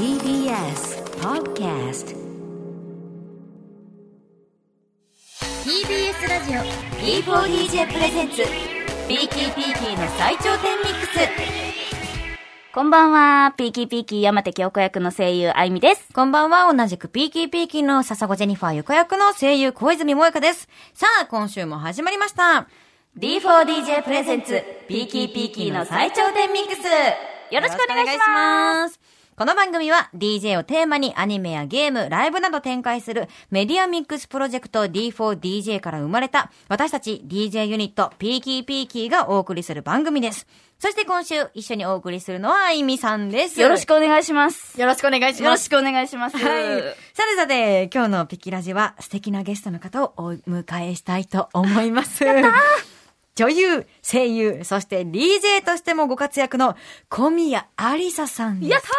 TBS Podcast TBS ラジオ B4DJ プレゼンツピーキーピーキーの最頂点ミックスこんばんは、ピーキーピーキー山手京子役の声優あいみです。こんばんは、同じくピーキーピーキーの笹子ジェニファーゆか役の声優小泉萌香です。さあ、今週も始まりました。 D4DJ プレゼンツピーキーピーキーの最頂点ミックスよろしくお願いしますす。この番組は DJ をテーマにアニメやゲーム、ライブなど展開するメディアミックスプロジェクト D4DJ から生まれた私たち DJ ユニットピーキーピーキーがお送りする番組です。そして今週一緒にお送りするのはあいみさんです。よろしくお願いします。よろしくお願いよろしくお願いします。はい。さてさて、今日のピキラジは素敵なゲストの方をお迎えしたいと思います。女優、声優、そして DJ としてもご活躍の小宮ありささんです。やったー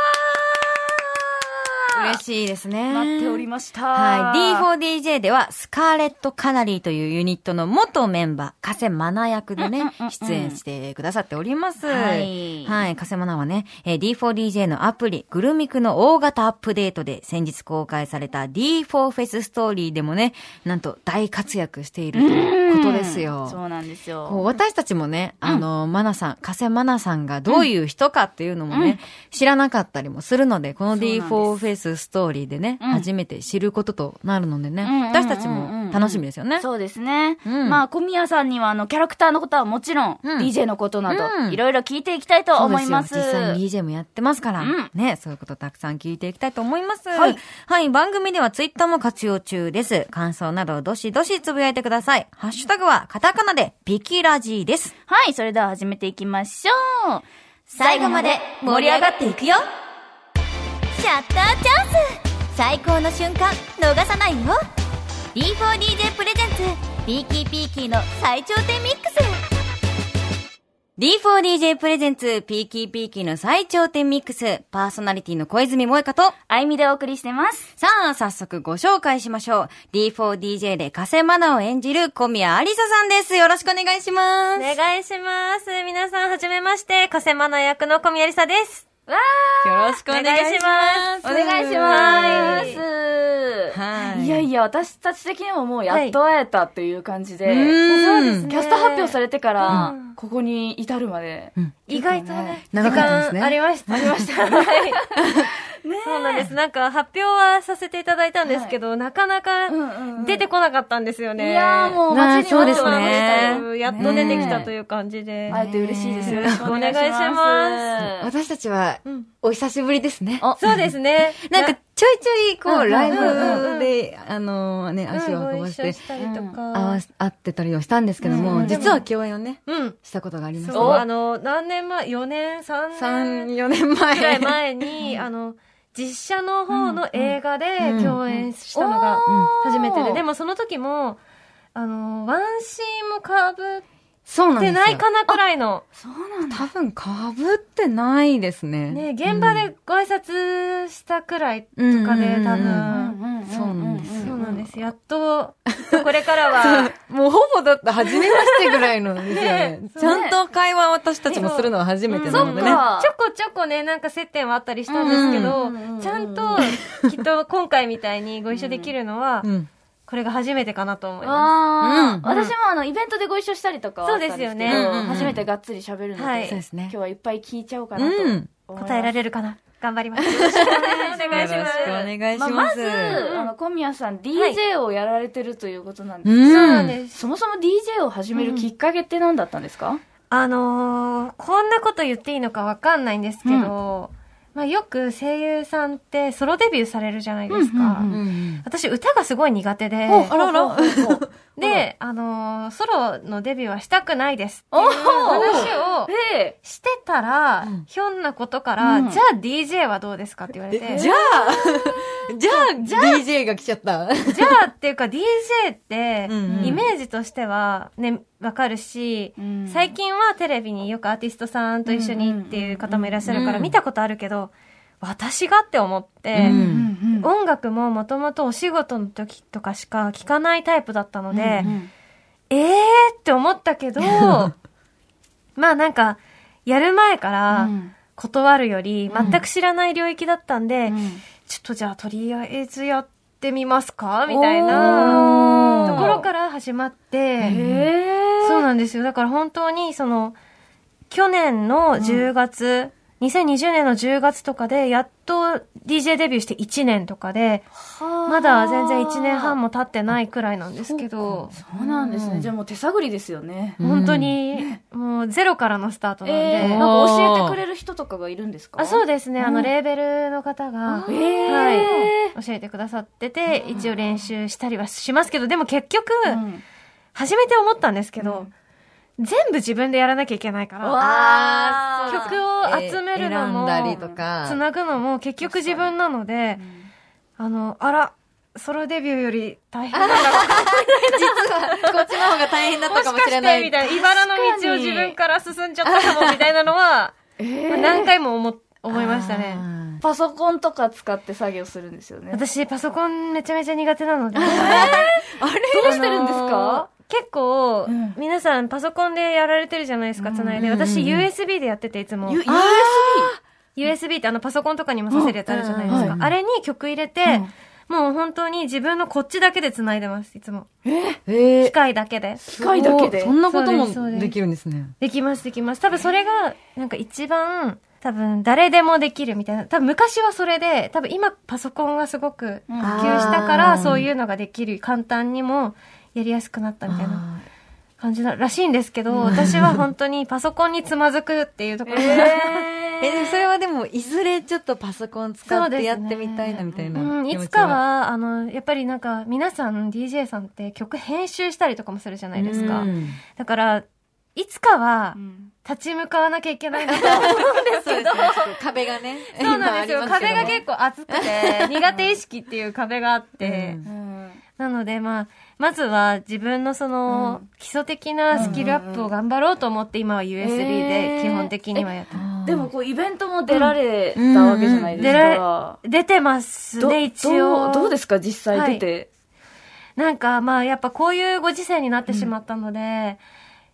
嬉しいですね。待っておりました。はい。D4DJ では、スカーレット・カナリーというユニットの元メンバー、加瀬マナ役でうんうんねうんうん、出演してくださっております。はいはい。加瀬マナはね、えー D4DJ のアプリ、グルミクの大型アップデートで先日公開された D4 フェスストーリーでもね、なんと大活躍しているということですよ。そうなんですよ。こう私たちもね、あの、マナさん、加瀬マナさんがどういう人かっていうのもね、知らなかったりもするので、このそうなんです D4 フェスストーリーでね、うん初めて知ることとなるのでね、うんうんうんうん私たちも楽しみですよね。そうですね。うんまあ、小宮さんには、あの、キャラクターのことはもちろん、うん DJ のことなど、うんいろいろ聞いていきたいと思います。そうですよ実際に DJ もやってますから、うんね、そういうことたくさん聞いていきたいと思います。ははいい。番組ではツイッターも活用中です。感想などどしどしつぶやいてください。ハッシュタグはカタカナで、ピキラジーです。はい、それでは始めていきましょう。最後まで盛り上がっていくよシャッターチャンス最高の瞬間逃さないよ D4DJ プレゼンツピーキーピーキーの最頂点ミックス D4DJ プレゼンツ、ピーキーピーキーの最頂点ミックス、パーソナリティの小泉萌香と、あいみでお送りしてます。さあ、早速ご紹介しましょう。D4DJ で加瀬マナを演じる小宮ありささんです。よろしくお願いします。お願いします。皆さん、はじめまして、加瀬マナ役の小宮りさです。わよろしくお願いします。ーお願いします。はい。いやいや、私たち的にももうやっと会えたという感じで、うーん。キャスト発表されてから、ここに至るまで。意外とね、時長かったですね間ありました。ありま した。はい。そうなんです。なんか、発表はさせていただいたんですけど、なかなかうんうん出てこなかったんですよね。いやーもうなあ待ちに待ってまそしたうよですねやっと出てきたという感じで。会えて嬉しいです。ねよろしくお願いしおま願す。私たちはん、お久しぶりですね。そうですね。 なんか、ちょいちょい、こうんうう、んライブで、あのね、な、足を運うんごば一せ緒てし、たりと合わか。せ合ってたりはしたんですけどうんうも、ん実は共演をね、うん。したことがありましそう、おあの、何年前 ?4 年 ?3 年三四年ぐらい前。前に、あの、実写の方の映画でうん共演したのがうん初めておで、ーでもその時も、あの、ワンシーンもかぶっそうなんでてすよ。ないかなくらいの、そうなんだ。多分かぶってないですね。ね、現場でご挨拶したくらいとかうんうんうんで、うん多うん分。うんうんうんそうなんですよそうなんです。やっと、これからは、もうほぼだって初めましてぐらいのですよね ねちゃんと会話私たちもするのは初めてなそのっでね。か。ちょこちょこね、なんか接点はあったりしたんですけど、ちゃんと、きっと今回みたいにご一緒できるのはう、ん。これが初めてかなと思います。わあ、うん私もあのイベントでご一緒したりとかはあったんですそうけでど、すよねうん初めてがっつり喋るので、はいそうですね今日はいっぱい聞いちゃおうかなと思ういん。ます。答えられるかな頑張ります。よろしくお願いしよろますしく。お願いしまあ、ます。まず、あの小宮さん DJ をやられてるということなんです、うん。そうなんです。そもそも DJ を始めるきっかけって何だったんですか、あのーこんなこと言っていいのかわかんないんですけど、まあよく声優さんってソロデビューされるじゃないですか。うんうん。私歌がすごい苦手で、おあらら。 で、あのーソロのデビューはしたくないですっていう話をで、してたら、うんひょんなことから、うんじゃあ DJ はどうですかって言われて、えじじゃゃあ、じゃあ、DJ が来ちゃった。あっていうか DJ ってうんう、んイメージとしてはね、わかるし、最近はテレビによくアーティストさんと一緒にっていう方もいらっしゃるかうらん見たことあるけど、私がって思って、ううんん音楽ももともとお仕事の時とかしか聴かないタイプだったので、うんえー って思ったけど、まあなんか、やる前から、うん断るより、全く知らない領域だったんで、んちょっとじゃあとりあえずやってみますかみたいなところから始まって、そうなんですよ。だから本当にその、去年の10月、2020年の10月とかで、やっと DJ デビューして1年とかで、まだ全然1年半も経ってないくらいなんですけど、そうなんですね。じゃあもう手探りですよね。本当に、もうゼロからのスタートなんで。えー、なんか教えてくれる人とかがいるんですかあそうでですね、あのレーベルの方が、ーへはい、教えてくださってて、一応練習したりはしますけどでも結局、ん初めて思ったんですけど、全部自分でやらなきゃいけないからわー曲を集めるのも、えー選んだりとかつなぐのも結局自分なので、あのあらソロデビューより大変なんだこっちの方が大変だっもたしかかもしれしなていみ。たいな茨の道を自分から進んじゃったかもみたいなの は、まあ何回も思思いましたね。パソコンとか使って作業するんですよね。私、パソコンめちゃめちゃ苦手なので。どうあれどうしてるんですか結構、皆さんパソコンでやられてるじゃないですか、つないで。私、USB でやってて、いつも。ゆ USB? USB ってあのパソコンとかにもさせるやつあるじゃないですか。あれに曲入れて、もう本当に自分のこっちだけでつないでます、いつも。え機械だけで。機械だけで。そんなことそうですそうでもすできるんですね。できます、できます。多分それが、なんか一番、多分誰でもできるみたいな。多分昔はそれで、多分今パソコンがすごく普及したかあら、ーそういうのができる、簡単にもやりやすくなったみたいな感じならしいんですけど、私は本当にパソコンにつまずくっていうところが、え、でもそれはでも、いずれちょっとパソコン使そうってですねやってみたいなみたいな。うん、いつかは、あの、やっぱりなんか、皆さん、DJ さんって曲編集したりとかもするじゃない気持ちはですかう。んだから、いつかはう、ん立ち向かわなきゃいけないなとそうですね。ちょっと壁がね。そうなんですよ。 今あり壁がすけど結構厚くて、苦手意識っていう壁があって、 うんなので、まあ、まずは自分のその、基礎的なスキルアップを頑張ろうと思って、今は USB えーで基本的にはやってます。でもこうイベントも出られたわけじゃないですか。出てますどね、一応。どうどうですか実際出て。なんか、まあ、やっぱこういうご時世になってしまったので、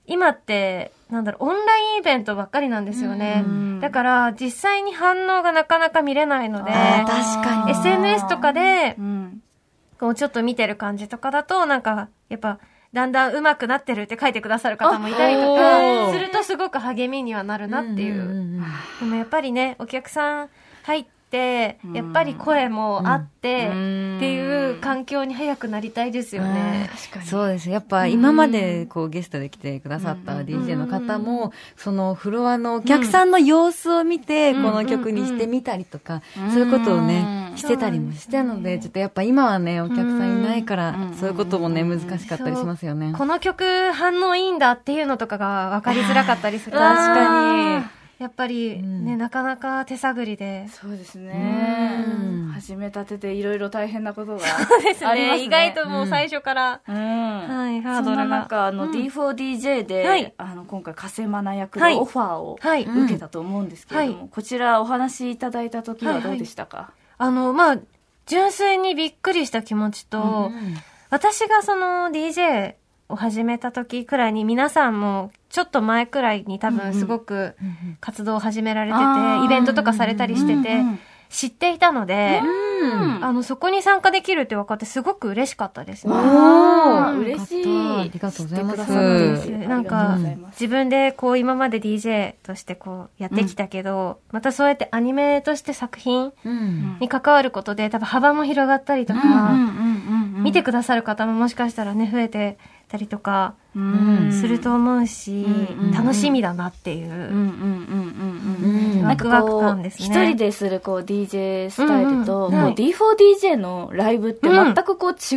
今って、なんだろう、オンラインイベントばっかりなんですよね。だから、実際に反応がなかなか見れないので、あー確かに。 SNS とかでう、ん。こうちょっと見てる感じとかだと、なんか、やっぱ、だんだん上手くなってるって書いてくださる方もいたりとあおか、ーするとすごく励みにはなるなっていう。んんんでもやっぱりね、お客さん入って、やっぱり声もあって、っていう環境に早くなりたいですよね。確かに。そうです。やっぱ今までこうゲストで来てくださった DJ の方も、そのフロアのお客さんの様子を見て、この曲にしてみたりとか、そういうことをね、してたりもしてので、ちょっとやっぱ今はね、お客さんいないから、そういうこともね、難しかったりしますよね。この曲反応いいんだっていうのとかが分かりづらかったりする。 確かに。やっぱりね、なかなか手探りで。そうですねうん。始めたてでいろいろ大変なことが。ですありますね意外ともう最初から。うん。はい、そハーんドルなが。中、あの、D4DJ で、はいあの、今回、カセマナ役はいのオファーをはい受けたと思うんですけれども、はこちらお話しいただいた時はどうでしたか、あの、まあ、純粋にびっくりした気持ちと、私がその DJ を始めた時くらいに皆さんもちょっと前くらいに多分すごく活動を始められてて、あーイベントとかされたりしてて、うんうん知っていたので、うんあの、そこに参加できるって分かってすごく嬉しかったですね。わーうん嬉しい。よかったありがとうございます知ってくださっていてなんあかりがとうございます自分でこう今まで DJ としてこうやってきたけど、またそうやってアニメとして作品うんに関わることで多分幅も広がったりとか、見てくださる方ももしかしたらね増えてたりとかうんすると思うし、うん楽しみだなっていう、うんうんうんうんうんうんなんかワクワク感ですね一人でするこう DJ スタイルと、うんうんもう D4DJ のライブって全くこう違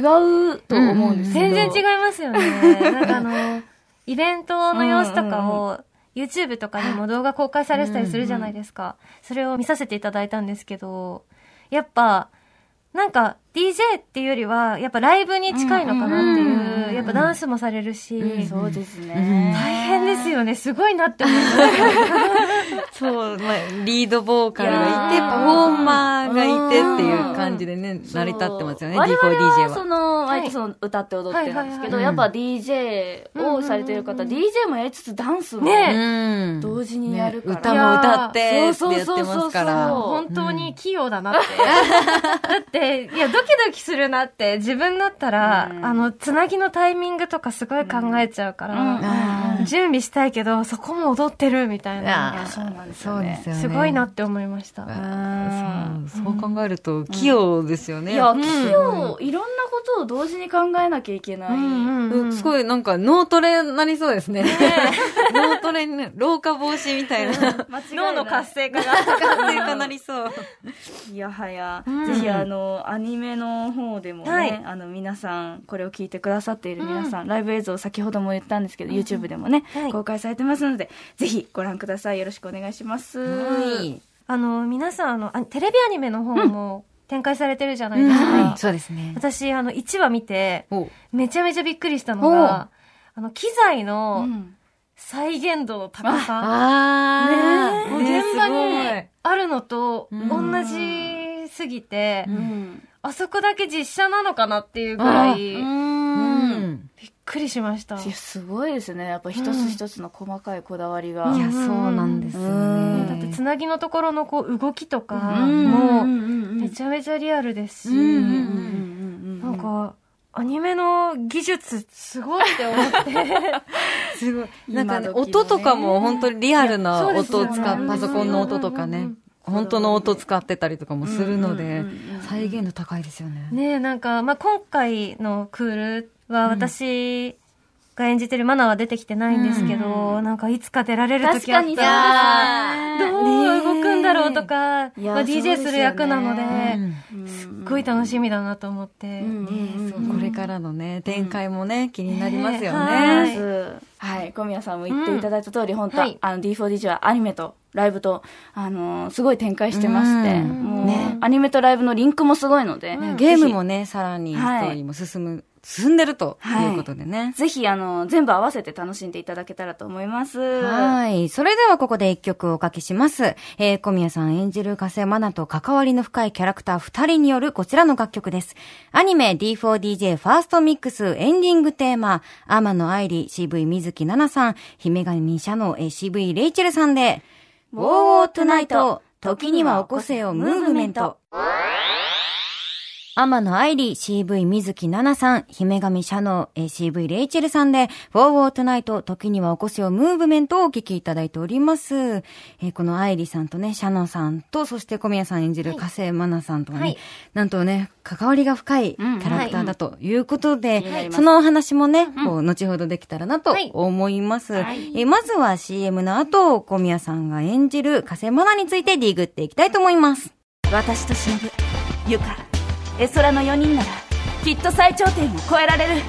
うと思うんですけど、全然違いますよ ねなんかあのイベントの様子とかを、YouTube とかにも動画公開されてたりするじゃないですか、それを見させていただいたんですけどやっぱなんか DJ っていうよりは、やっぱライブに近いのかなっていう、うんうんやっぱダンスもされるし、そうですね。大変ですよね。すごいなって思います。そう、まあ、リードボーカルがいいて、やーパフォーマーがいてっていう感じでね、成り立ってますよね、我 D4DJ 々はそは。の、はい割とその歌って踊ってなんですけど、はいはいはやっぱ DJ をされてる方、DJ もやりつつダンスもねうん。同時にやるから。ね歌も歌ってってやってそうそうそうまそうすから。そう本当に器用だなって。 だって、いや、ドキドキするなって、自分だったら、うんあの、つなぎのタイミングとかすごい考えちゃうから、あー準備したいけど、そこも踊ってるみたいあな。そうなんですそようねで。すよね。すごいなって思いました。うん。そうそう考えると、器用ですよね。いや、ん器用、いろんなことを同時に考えなきゃいけない。うんすごいなんか脳トレになりそうですね。 脳トレにね、老化防止みたいな。間違いない脳の活性化が。感性化なりそう。いやはや、んぜひあのアニメの方でもね、はいあの皆さんこれを聞いてくださっている皆さん、ライブ映像先ほども言ったんですけど、YouTube でもね、はい公開されてますのでぜひご覧くださいよろしくお願いします、 あの、皆さん、あの、あテレビアニメの方も展開されてるじゃないですはかい。そうですね。私、あの、1話見て、おめちゃめちゃびっくりしたのおうが、あの、機材うのん再現度の高さ。あもう現場にあるのとうん同じすぎて、うんあそこだけ実写なのかなっていうぐらい、うびっんくりしました。いやすごいですねやっぱ一つ一つの細かいこだわりが、うんいいや、やそうなんですようんだってねつ。なぎのところのこう動きとかうんんもうんめちゃめちゃリアルですし、うんうんうんうんなんかアニメの技術すごいって思 って、すごい。なんかね、今時のね音とかも本当にリアルなそうです音よをね使う、パソコンの音とかうんうんねうん。本当の音使ってたりとかもするのうでんうんうんうん、再現度高いですよね。ねえなんか、まあ、今回のクールは私が演じてるマナは出てきてないんですけど、なんかいつか出られる確時あかっにたらさどう動くんだろうとか、いやまそうあ、ですよ DJ ねする役なので、うんすすっごい楽しみだなと思って、これからのね、展開もね、気になりますよはね。いはい、小宮さんも言っていただいた通り、本当は、はいあの D4DJ はアニメとライブと、あのーすごい展開してまして、うんもう、ねアニメとライブのリンクもすごいので、ねぜゲーひムもね、さらにストーリーも進む、進んでるということでね。ぜひ、あのー全部合わせて楽しんでいただけたらと思います。はい。それではここで一曲おかけします。えー、小宮さん演じる加瀬愛菜と関わりの深いキャラクター二人によるこちらの楽曲です。アニメ D4DJ ファーストミックスエンディングテーマ、天野愛理、CV 水木奈々さん、姫神シャノ、えー CV レイチェルさんで、ウォーウォートゥナイト、時にはおこせよムーブメント。天野愛理、CV 水木奈々さん、姫神シャノー、えー CV レイチェルさんで、ウォーウォートゥナイト、時にはおこせよムーブメントをお聞きいただいております。えーこの愛理さんとね、シャノさんと、そして小宮さん演じる加瀬愛菜さんとはね、はいなんとね、関わりが深いキうんャラクターだということで、気になりますそのお話もね、こう後ほどできたらなとはい思います。えーまずは CM の後、小宮さんが演じる加瀬愛菜についてディグっていきたいと思います。私と忍ゆかエソラの4人ならきっと最頂点を超えられる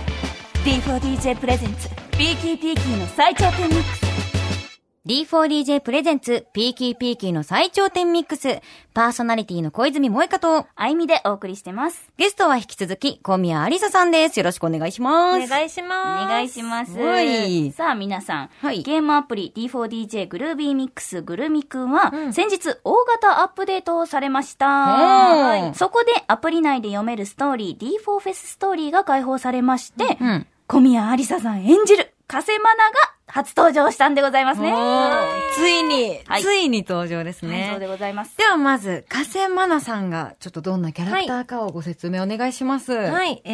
D4DJ プレゼンツ BKPK の最頂点ミックス D4DJ プレゼンツ、ピーキーピーキーの最頂点ミックス、パーソナリティの小泉萌香と、あいみでお送りしてますゲストは引き続き、小宮ありささんです。よろしくお願いしまおす。願いしおます。願いしますすごいさあ皆さん、はいゲームアプリ D4DJ グルービーミックスグルミくんは、先日大型アップデートをされましーた、はいそこでアプリ内で読めるストーリー D4 フェスストーリーが開放されまして、うん。小宮ありささん演じる加瀬愛菜が初登場したんでございますねついに、はいついに登場ですはいそうでね。ございます。ではまず、加瀬愛菜さんが、ちょっとどんなキャラクターかをご説明お願いします。はい。はい、え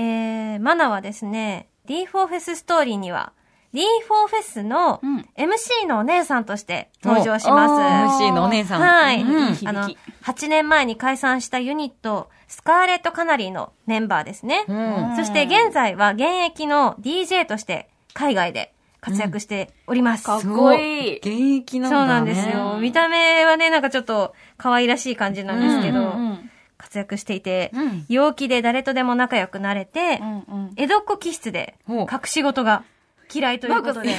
ー、マナはですね、D4 フェスストーリーには、D4 フェスのうん MC のお姉さんとして登場します。おー MC のお姉さん。はい、うん響きあの、8年前に解散したユニット、スカーレット・カナリーのメンバーですね。うんそして現在は現役の DJ として海外で活躍しておりまうす。んかっすこごいいい。現役なそんうなだんね。ですよ。見た目はね、なんかちょっと可愛らしい感じなんですけど、うんうん活躍していて、うん陽気で誰とでも仲良くなれて、うんうん江戸っ子気質でほう隠し事が嫌いということで。要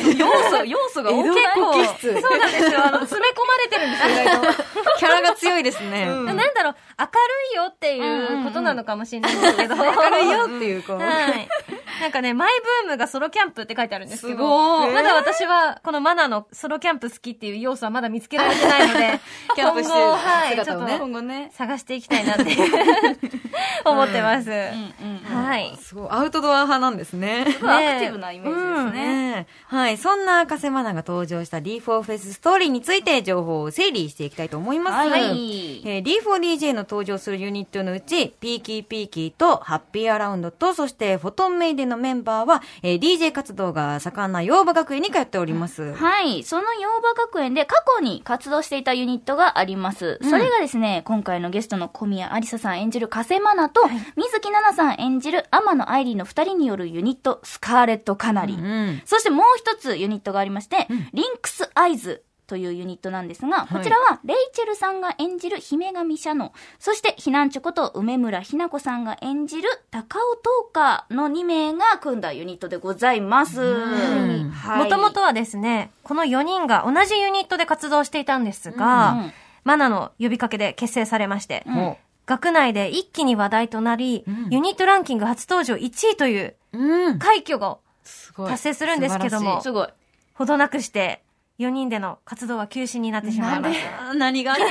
素、要素 が多くない結構、そうなんですよ。あの、詰め込まれてるんですよ、意外と。キャラが強いですね。なんだろう、明るいよっていうことなのかもしれないですけど。明るいよっていう、こう。はい。なんかね、マイブームがソロキャンプって書いてあるんですけど、すごーい、まだ私は、このマナのソロキャンプ好きっていう要素はまだ見つけられてないので キャンプして今後、はい、るちょ姿をっね。と後ね。探していきたい なって 思ってます。はい。すごい、アウトドア派なんですね。アクティブなイメージですね。ねえはい。そんな赤瀬愛菜が登場した D4 フェスストーリーについて情報を整理していきたいと思います。はいえー D4DJ の登場するユニットのうち、ピーキーピーキーとハッピーアラウンドと、そしてフォトンメイデンのメンバーは、えー DJ 活動が盛んな洋場学園に通っております。はい。その洋場学園で過去に活動していたユニットがあります。それがですね、今回のゲストの小宮ありささん演じる加瀬マナと、水木奈々さん演じる天野愛理の二人によるユニット、スカーレットカナリ。うん。そしてもう一つユニットがありまして、リンクスアイズ。というユニットなんですが、こちらは、レイチェルさんが演じる姫神シャノ、そして、避難チョコと梅村ひな子さんが演じる高尾トーカーの2名が組んだユニットでございます。んはもいともとはですね、この4人が同じユニットで活動していたんですが、うんうんマナの呼びかけで結成されまして、ん学内で一気に話題となり、んユニットランキング初登場1位といううん。快挙をすごい。達成するんですけども、すごい。ほどなくして、4人での活動は休止になってしまいましあた。ー。何 があった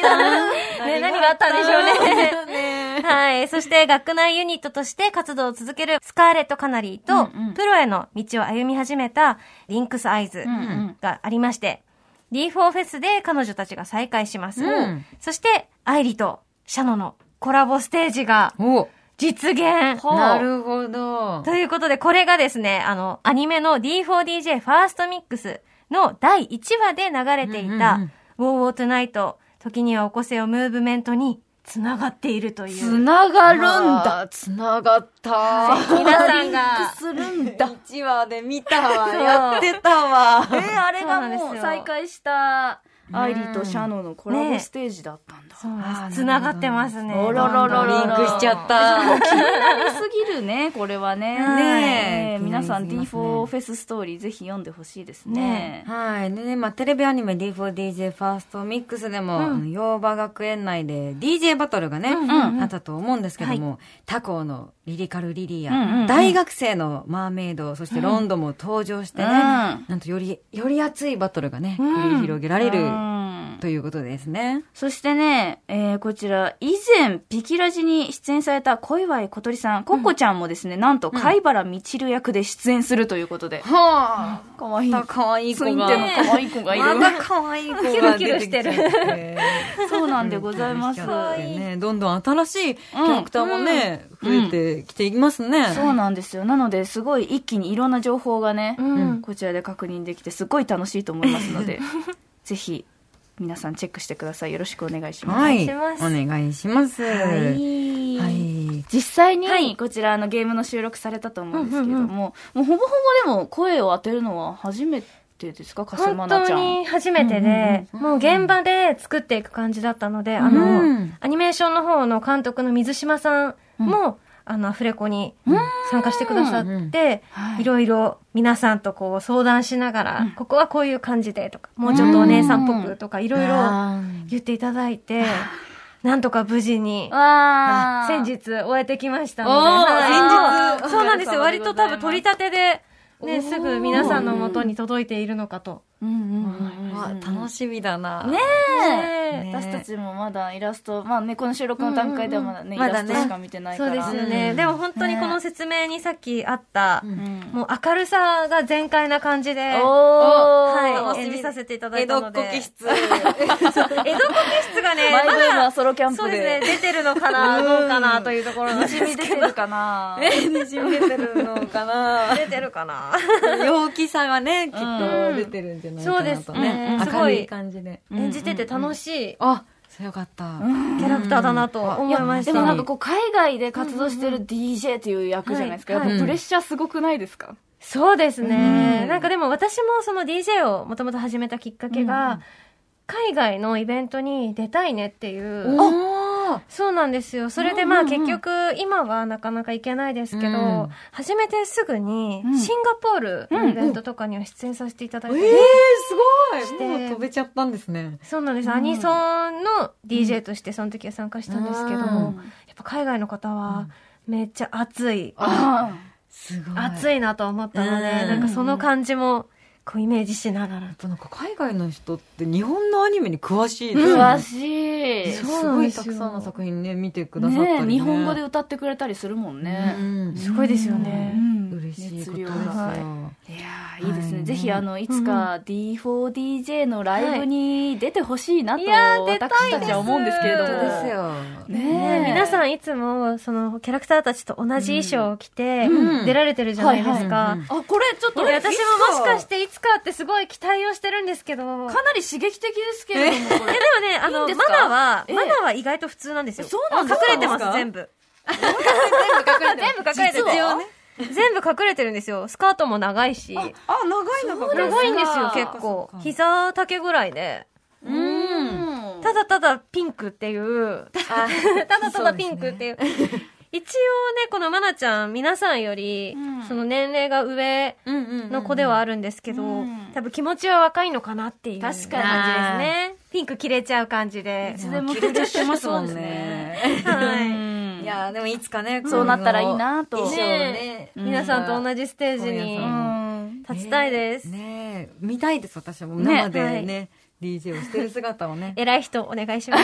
ね、何があったんでしょうね。のねはい。そして、学内ユニットとして活動を続けるスカーレット・カナリーと、うんうんプロへの道を歩み始めたリンクス・アイズんがありまして、D4 フェスで彼女たちが再会します。うんそして、アイリとシャノのコラボステージがお実現。なるほど。ということで、これがですね、あの、アニメの D4DJ ファーストミックスの第1話で流れていた、ウォーウォートナイト、時にはおこせよムーブメントに繋がっているという。ながるんだ。つながった。皆さんが。するん だ。 1話で見たわ。やってたわ。えーあれがそうなもんうですよ再開した、アイリとシャノのコラボステージだったんだ。そうあーなるほでどす。繋がってますね。あららららリンクしちゃった。ありすぎるね、これはね。ねえねえ皆さん気になりますね D4 フェスストーリーぜひ読んでほしいですねね。 はい。でね、まあ、テレビアニメ D4DJ ファーストミックスでも、あの洋場学園内で DJ バトルがね、あったと思うんですけども、他校のリリカルリリア、んうんうん大学生のマーメイド、そしてロンドも登場してね、うんなんとより、より熱いバトルがね、繰り広げられる、うんということですね。そしてね、えーこちら、以前、ピキラジに出演された小岩井小鳥さん、コッコちゃんもですね、なんと、貝原みちる役で出演するということで。はあ、かわいい。また可愛い子ツインテが。ールの可愛い子がいる。また可愛い子キがル出キてルきしちゃてっるて。そうなんでございます。ね、どんどん新しいキャラクターもね、増えてきていますね。そうなんですよ。なので、すごい一気にいろんな情報がね、うんこちらで確認できて、すごい楽しいと思いますので、 ぜひ、皆さんチェックしてください。よろしくお願いします。はい。お願いしますお願いします。はい。実際に、こちらあのゲームの収録されたと思うんですけれども、もうほぼほぼでも声を当てるのは初めてですか、かすま本な当ちゃん。に初めてで、もう現場で作っていく感じだったので、あうのん、アニメーションの方の監督の水島さんも、あの、アフレコに参加してくださって、はいいろいろ皆さんとこう相談しながら、ここはこういう感じでとか、もうちょっとお姉さんっぽくとか、いろいろあ言っていただいて、なんとか無事にわー先日終えてきましたのおで、ーはい先日そうなんですよ。お疲れ様で割ございますと多分取り立てで、ね、すぐ皆さんの元に届いているのかと。うんうんうんーわ楽しみだな。ねえ、ねえ私たちもまだイラスト、まあね、この収録の段階ではまだね、うんうんイラストまだねしか見てないかそうら。ですよね。でも本当にこの説明にさっきあった、うんもう明るさが全開な感じで、おーは楽い、しみ演じさせていただ江い戸たっの子で。気質。江戸っ子気質がマイブね、まームはだ、ソロキャンプそうでで。すね、出てるのかな、どうかなというところなんです馴染み出てるかなにじみ出てるのかな。 出てるかな。陽気さがね、きっと出てるんじゃないかなとねうん。そうですね明るすごいい感じで。ん演じてて楽しいあ、そうよかった。キャラクターだなと思いましでた。もなんかこう、海外で活動してる DJ という役じゃないですか。やはっいぱプレッシャーすごくないですかそうですね。なんかでも私もその DJ をもともと始めたきっかけが、海外のイベントに出たいねっていう、おど。そうなんですよ。それでまあ結局、今はなかなか行けないですけど、うん始めてすぐに、シンガポールのイベントとかには出演させていただいえて、えしすごていもう飛べちゃったんですね。そうなんです。アニソンの DJ としてその時は参加したんですけど、うんやっぱ海外の方は、めっちゃ熱い、あすごい。熱いなと思ったので、うんなんかその感じも、こうイメージしながらやっ。ぱなんか海外の人って日本のアニメに詳しいでーすね詳しい。そすうなんごでいすたよくさんの作品ね見てくださったりねね日本語で歌ってくれたりするもんねう。んすごいですよね。うん嬉しいこと熱で量すよがいやーいいですね、はいぜひあのいうんうつんか D4DJ のライブに出てほしいなと、いやー出たい私たちは思うんですけれども本当ですよねえ皆さんいつも、その、キャラクターたちと同じ衣装を着てう、ん出られてるじゃないですうかあん。これちょっとで私ももしかしてていつかってすごい期待をしてるんですけど。かかなり刺激的ですけれどもこ え、れでもね、あの、いいんですマかナは、ええマナは意外と普通なんですよ。そうなんです隠かれてますそう、な全ん部。全全部隠れてる。実は全部隠れてるんですよ。スカートも長いし。あ長いのか長いんですよ、そう結かそ構う。か膝丈ぐらいで。うんうんただただピンクって いう。ただただピンクっていう。一応ね、このマナちゃん、皆さんより、その年齢が上うんうんの子ではあるんですけど、うん多分気持ちは若いのかなっていう感じ確ですかにね。ピンク着れちゃう感じでい。つでも着れちゃってますもんそうですねねはい。うんいやーでもいつかねそうなったらいいなと衣装ねねえ皆さんと同じステージにううん立ちたいです。ねえ見たいです私も生ではいね DJ をしてる姿をね偉い人お願いします。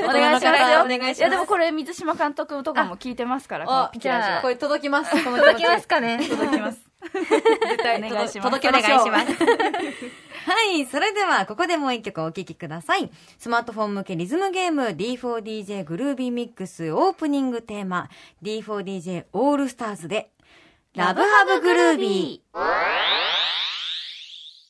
おお願いしますおよ願いしますいやでもこれ水島監督とかも聞いてますからこのあピじキラジゃあこれ届きます 届きますかね。届きます絶対お願いします届けましょう。はい。それでは、ここでもう一曲お聴きください。スマートフォン向けリズムゲーム D4DJ グルービーミックスオープニングテーマ D4DJ オールスターズでラブハブグルービー。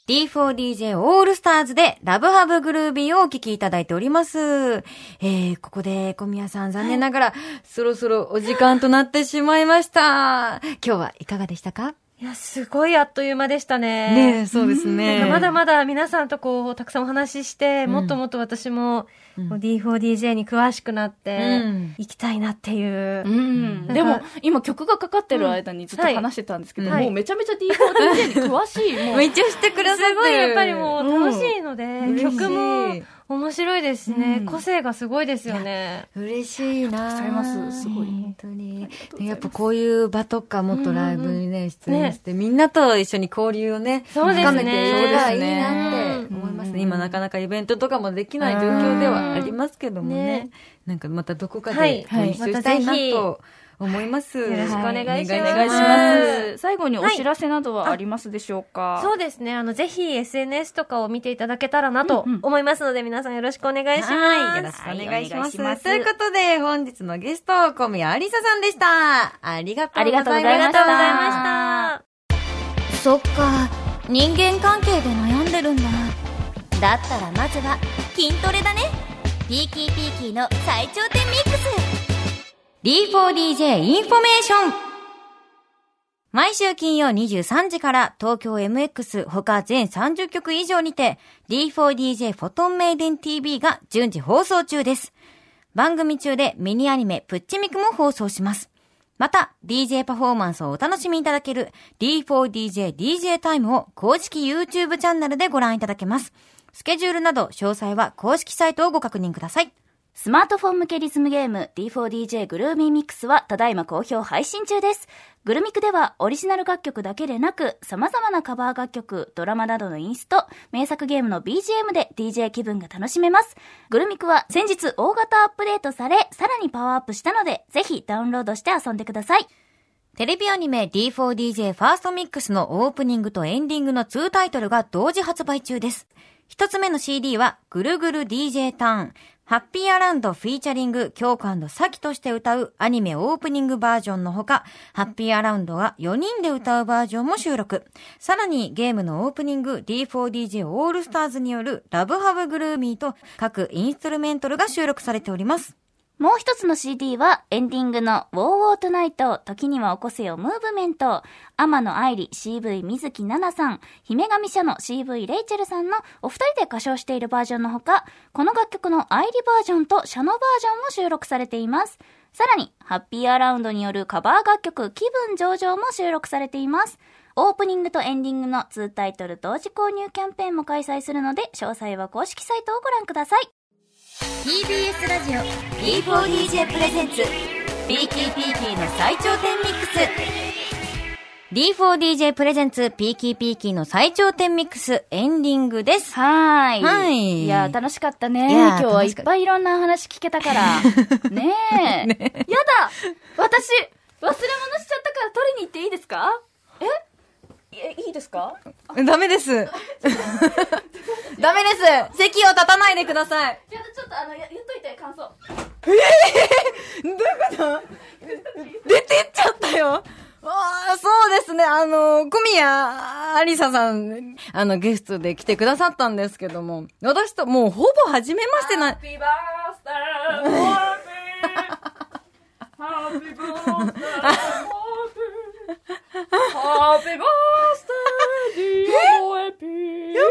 D4DJ オールスターズでラブハブグルービーをお聴きいただいております。えー、ここで小宮さん残念ながら、そろそろお時間となってしまいました。今日はいかがでしたかいや、すごいあっという間でしたね。ねえ、そうですね。まだまだ皆さんとこう、たくさんお話しして、もっともっと私も、こう D4DJ に詳しくなってうん、行きたいなっていう。うんんでも今曲がかかってる間にずっと話してたんですけど、うんはいもうめちゃめちゃ D4DJ に詳しいも うめっちゃしてくださってする。ごいやっぱりもう楽しいので、嬉しい曲も面白いですしね、うん個性がすごいですよね。嬉しいなありがとうございますすごい本当に。やっぱこういう場とかもっとライブにね、出ね演して、みんなと一緒に交流をね、そうで深すねめていけたらいいなっそうですて思いますね。今なかなかイベントとかもできない状況ではありますけどもうんねね。なんかまたどこかはいでご一緒したいなと思います。よろしくお願いしますお願いします最後にお知らせなどはありますでしょうか、そうですね。あの、ぜひ SNS とかを見ていただけたらなとうんうん思いますので、皆さんよろしくお願いします。はい、よろしくお願いします。はいお願いしますということで、本日のゲスト、小宮ありささんでした。ありがとうございました。ありがとうございましたそっか人間関係で悩んでるんだだったらまずは筋トレだねピーキーピーキーの最頂点ミックス D4DJ インフォメーション毎週金曜23時から東京 MX 他全30局以上にて D4DJ フォトンメイデン TV が順次放送中です。番組中でミニアニメプッチミクも放送します。また DJ パフォーマンスをお楽しみいただける D4DJ DJ タイムを公式 YouTube チャンネルでご覧いただけます。スケジュールなど詳細は公式サイトをご確認ください。スマートフォン向けリズムゲーム D4DJ グルーミーミックスはただいま好評配信中です。グルミクではオリジナル楽曲だけでなく様々なカバー楽曲、ドラマなどのインスト、名作ゲームの BGM で DJ 気分が楽しめます。グルミクは先日大型アップデートされ、さらにパワーアップしたのでぜひダウンロードして遊んでください。テレビアニメ D4DJ ファーストミックスのオープニングとエンディングの2タイトルが同時発売中です。一つ目の CD は、ぐるぐる DJ ターン、ハッピーアラウンドフィーチャリング、京感とサキとして歌うアニメオープニングバージョンのほか、ハッピーアラウンドは4人で歌うバージョンも収録。さらにゲームのオープニング D4DJ オールスターズによるラブハブグルーミーと各インストゥルメントルが収録されております。もう一つの CD は、エンディングの w o w o t o n i g h t 時には起こせよムーブメント、天野愛理、CV 水木奈々さん、姫神社の CV レイチェルさんのお二人で歌唱しているバージョンのほか、この楽曲の愛理バージョンとシャノバージョンも収録されています。さらに、ハッピーアラウンドによるカバー楽曲、気分上々も収録されています。オープニングとエンディングの2タイトル同時購入キャンペーンも開催するので、詳細は公式サイトをご覧ください。 TBS ラジオ D4DJ プレゼンツピーキーピーキーの最頂点ミックス。D4DJ プレゼンツ、ピーキーピーキーの最頂点ミックス、エンディングです。はーい。はいいや、楽しかったね。いや今日はい楽しっかったぱいいろんな話聞けたから。ねえ。やだ私、忘れ物しちゃったから取りに行っていいですかえいいいですか ダメです。ダメです。席を立たないでください。じゃあちょっとあの、や言っといて、感想。 どういうこと出てっちゃったよああ、そうですね。あの、小宮ありささん、あの、ゲストで来てくださったんですけども、私ともうほぼ初めましてな、ピーバースターハッピーバースターハッピーバースターディーモエピーやばい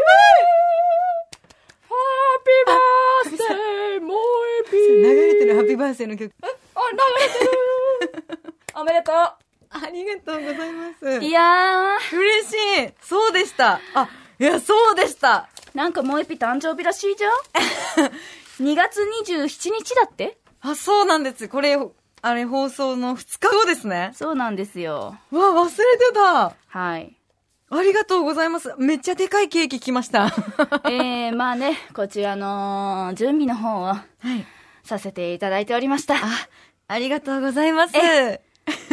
ハッピーバースターモエピ流ーれてるハッピーバースデーの曲。 あ、流れてるおめでとうありがとうございます。いや嬉しいそうでしたあ、いや、そうでしたー、なんかもう一匹誕生日らしいじゃん ?2 月27日だってあ、そうなんです。これ、あれ、放送の2日後ですね。そうなんですよ。うわ、忘れてたはい。ありがとうございます。めっちゃでかいケーキ来ました。えー、まあね、こちらの準備の方をはい。させていただいておりました。あ、ありがとうございます。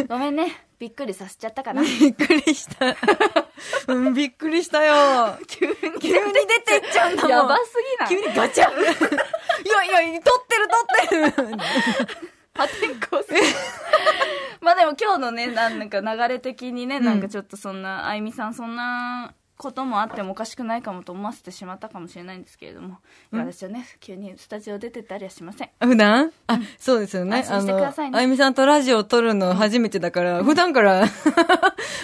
ごめんね。びっくりさせちゃったかな。びっくりした。うん、びっくりしたよ。急に出てっちゃうんだもん。やばすぎない急にガチャン。いやいや、撮ってる撮ってる。破天荒すぎる まあでも今日のねなんか流れ的にね、なんかちょっとそんなあゆみさんそんなこともあってもおかしくないかもと思わせてしまったかもしれないんですけれども、いや私はね急にスタジオ出てったりはしません普段あ、そうですよね。安心してくださあいねのあゆみさんとラジオを撮るの初めてだから、普段から、 普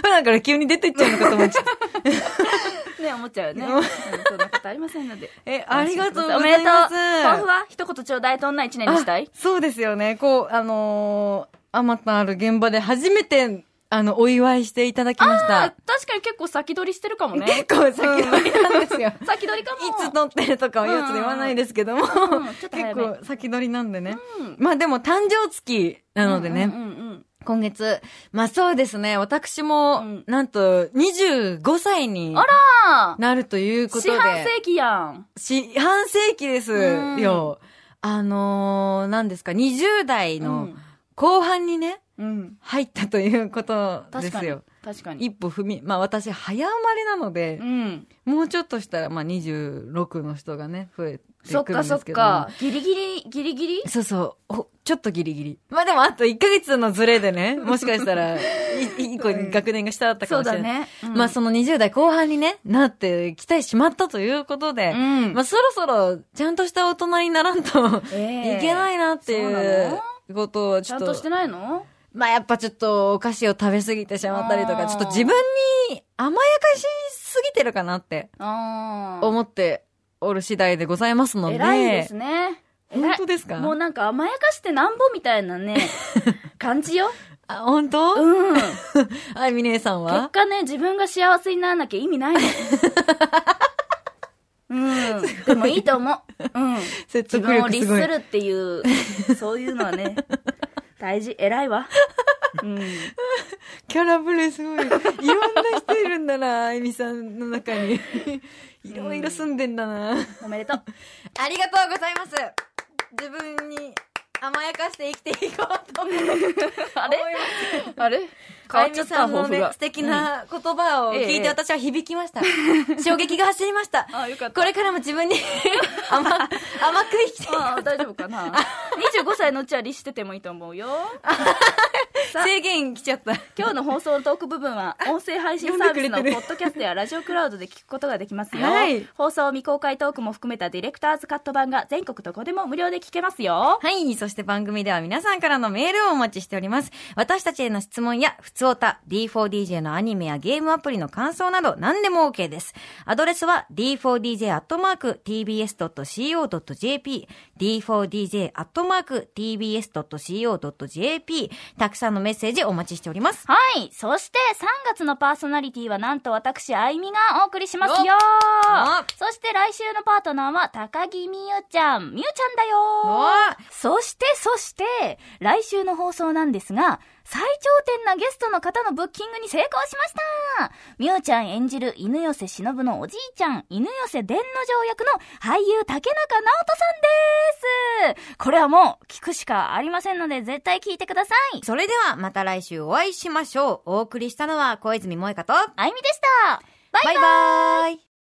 段から急に出てっちゃうのかと思っちゃった。ね思っちゃうよね、うんうん そんなことありませんのでえ、ありがとうございます。おめでとう抱負は一言ちょうだいどんな一年にしたいあそうですよね。こう、あのー、あまたある現場で初めて、あの、お祝いしていただきましあた。確かに結構先取りしてるかもね結構先取りなんですよ。先取りか もいつ撮ってるとかはやつ言わないですけども、うんうんちょ結っと早め構先取りなんでね。まあでも誕生月なのでね、うんうんうん今月、まあそうですね、私も、うんなんと25歳にあなるというこーとで四、半世紀やん四半世紀ですうんよ。あのー、何ですか、20代うのん後半にね、うん入ったということで確かすによ。確かに一歩踏み、まあ私早生まれなので、うんもうちょっとしたら、まあ26の人がね、増えてくそるっんでかそっすけどもか。ギリギリ、ギリギリそうそう。おちょっとギリギリ。まあでもあと1ヶ月のズレで ね、もしかしたら、いい一個学年が下だったかそうもしだれない。ね。うんまあその20代後半にね、なってきてしまったということで、うんまあそろそろちゃんとした大人にならんと、ええいけないなっていそううことをちちょゃっんと、としてないのまあやっぱちょっとお菓子を食べ過ぎてしまったりとあか、ーちょっと自分に甘やかしすぎてるかなってああ。思っておる次第でございますので、偉いですね。偉い本当ですかもうなんか甘やかしてなんぼみたい なね、感じよ。あ本当、うん。結あいみねえさんは果ね、自分が幸せにならなきゃ意味ないの。 うん。でもいいと思う。うん。説自得分を力律すすごい。るっていう、そういうのはね、大事。偉いわ。うん。キャラブレすごい。い ろんな人いるんだな、あいみさんの中に。いろいろ住んでんだな。おめでとう。ありがとうございます。自分に甘やかして生きていこうと思います。あれ あれ変わあいっちゃみっさたん抱の負ねが、素。敵な言葉を聞いえてえ私は響きました。衝撃が走りました。あよかった これからも自分に甘、甘く生きていこ ああ、大丈夫かな25歳のうちは律しててもいいと思 うよ。制限来ちゃった。今日の放送のトーク部分 は、音声配信サービスのポッドキャストやラジオクラウドで聞くことができますよ。はい放送未公開トークも含めたディレクターズカット版が全国どこでも無料で聞けますよ。はい。そして番組では皆さんからのメールをお待ちしております。私たちへの質問や、ふつおた、D4DJ のアニメやゲームアプリの感想など何でも OK です。アドレスは d4dj.tbs.co.jp、d4dj.tbs.co.jp、たくさんのメッセージお待ちしております。はい。そして、3月のパーソナリティは、なんと私、あいみがお送りしますよあそして、来週のパートナーは、高木美優ちゃん。美優ちゃんだよわそして、そして、来週の放送なんですが、最頂点なゲストの方のブッキングに成功しましたみおちゃん演じる犬寄せ忍のおじいちゃん、犬寄せ伝の条役の俳優竹中直人さんですこれはもう聞くしかありませんので絶対聞いてくださいそれではまた来週お会いしましょう。お送りしたのは小泉萌香と、あゆみでしたバイバイバイバイ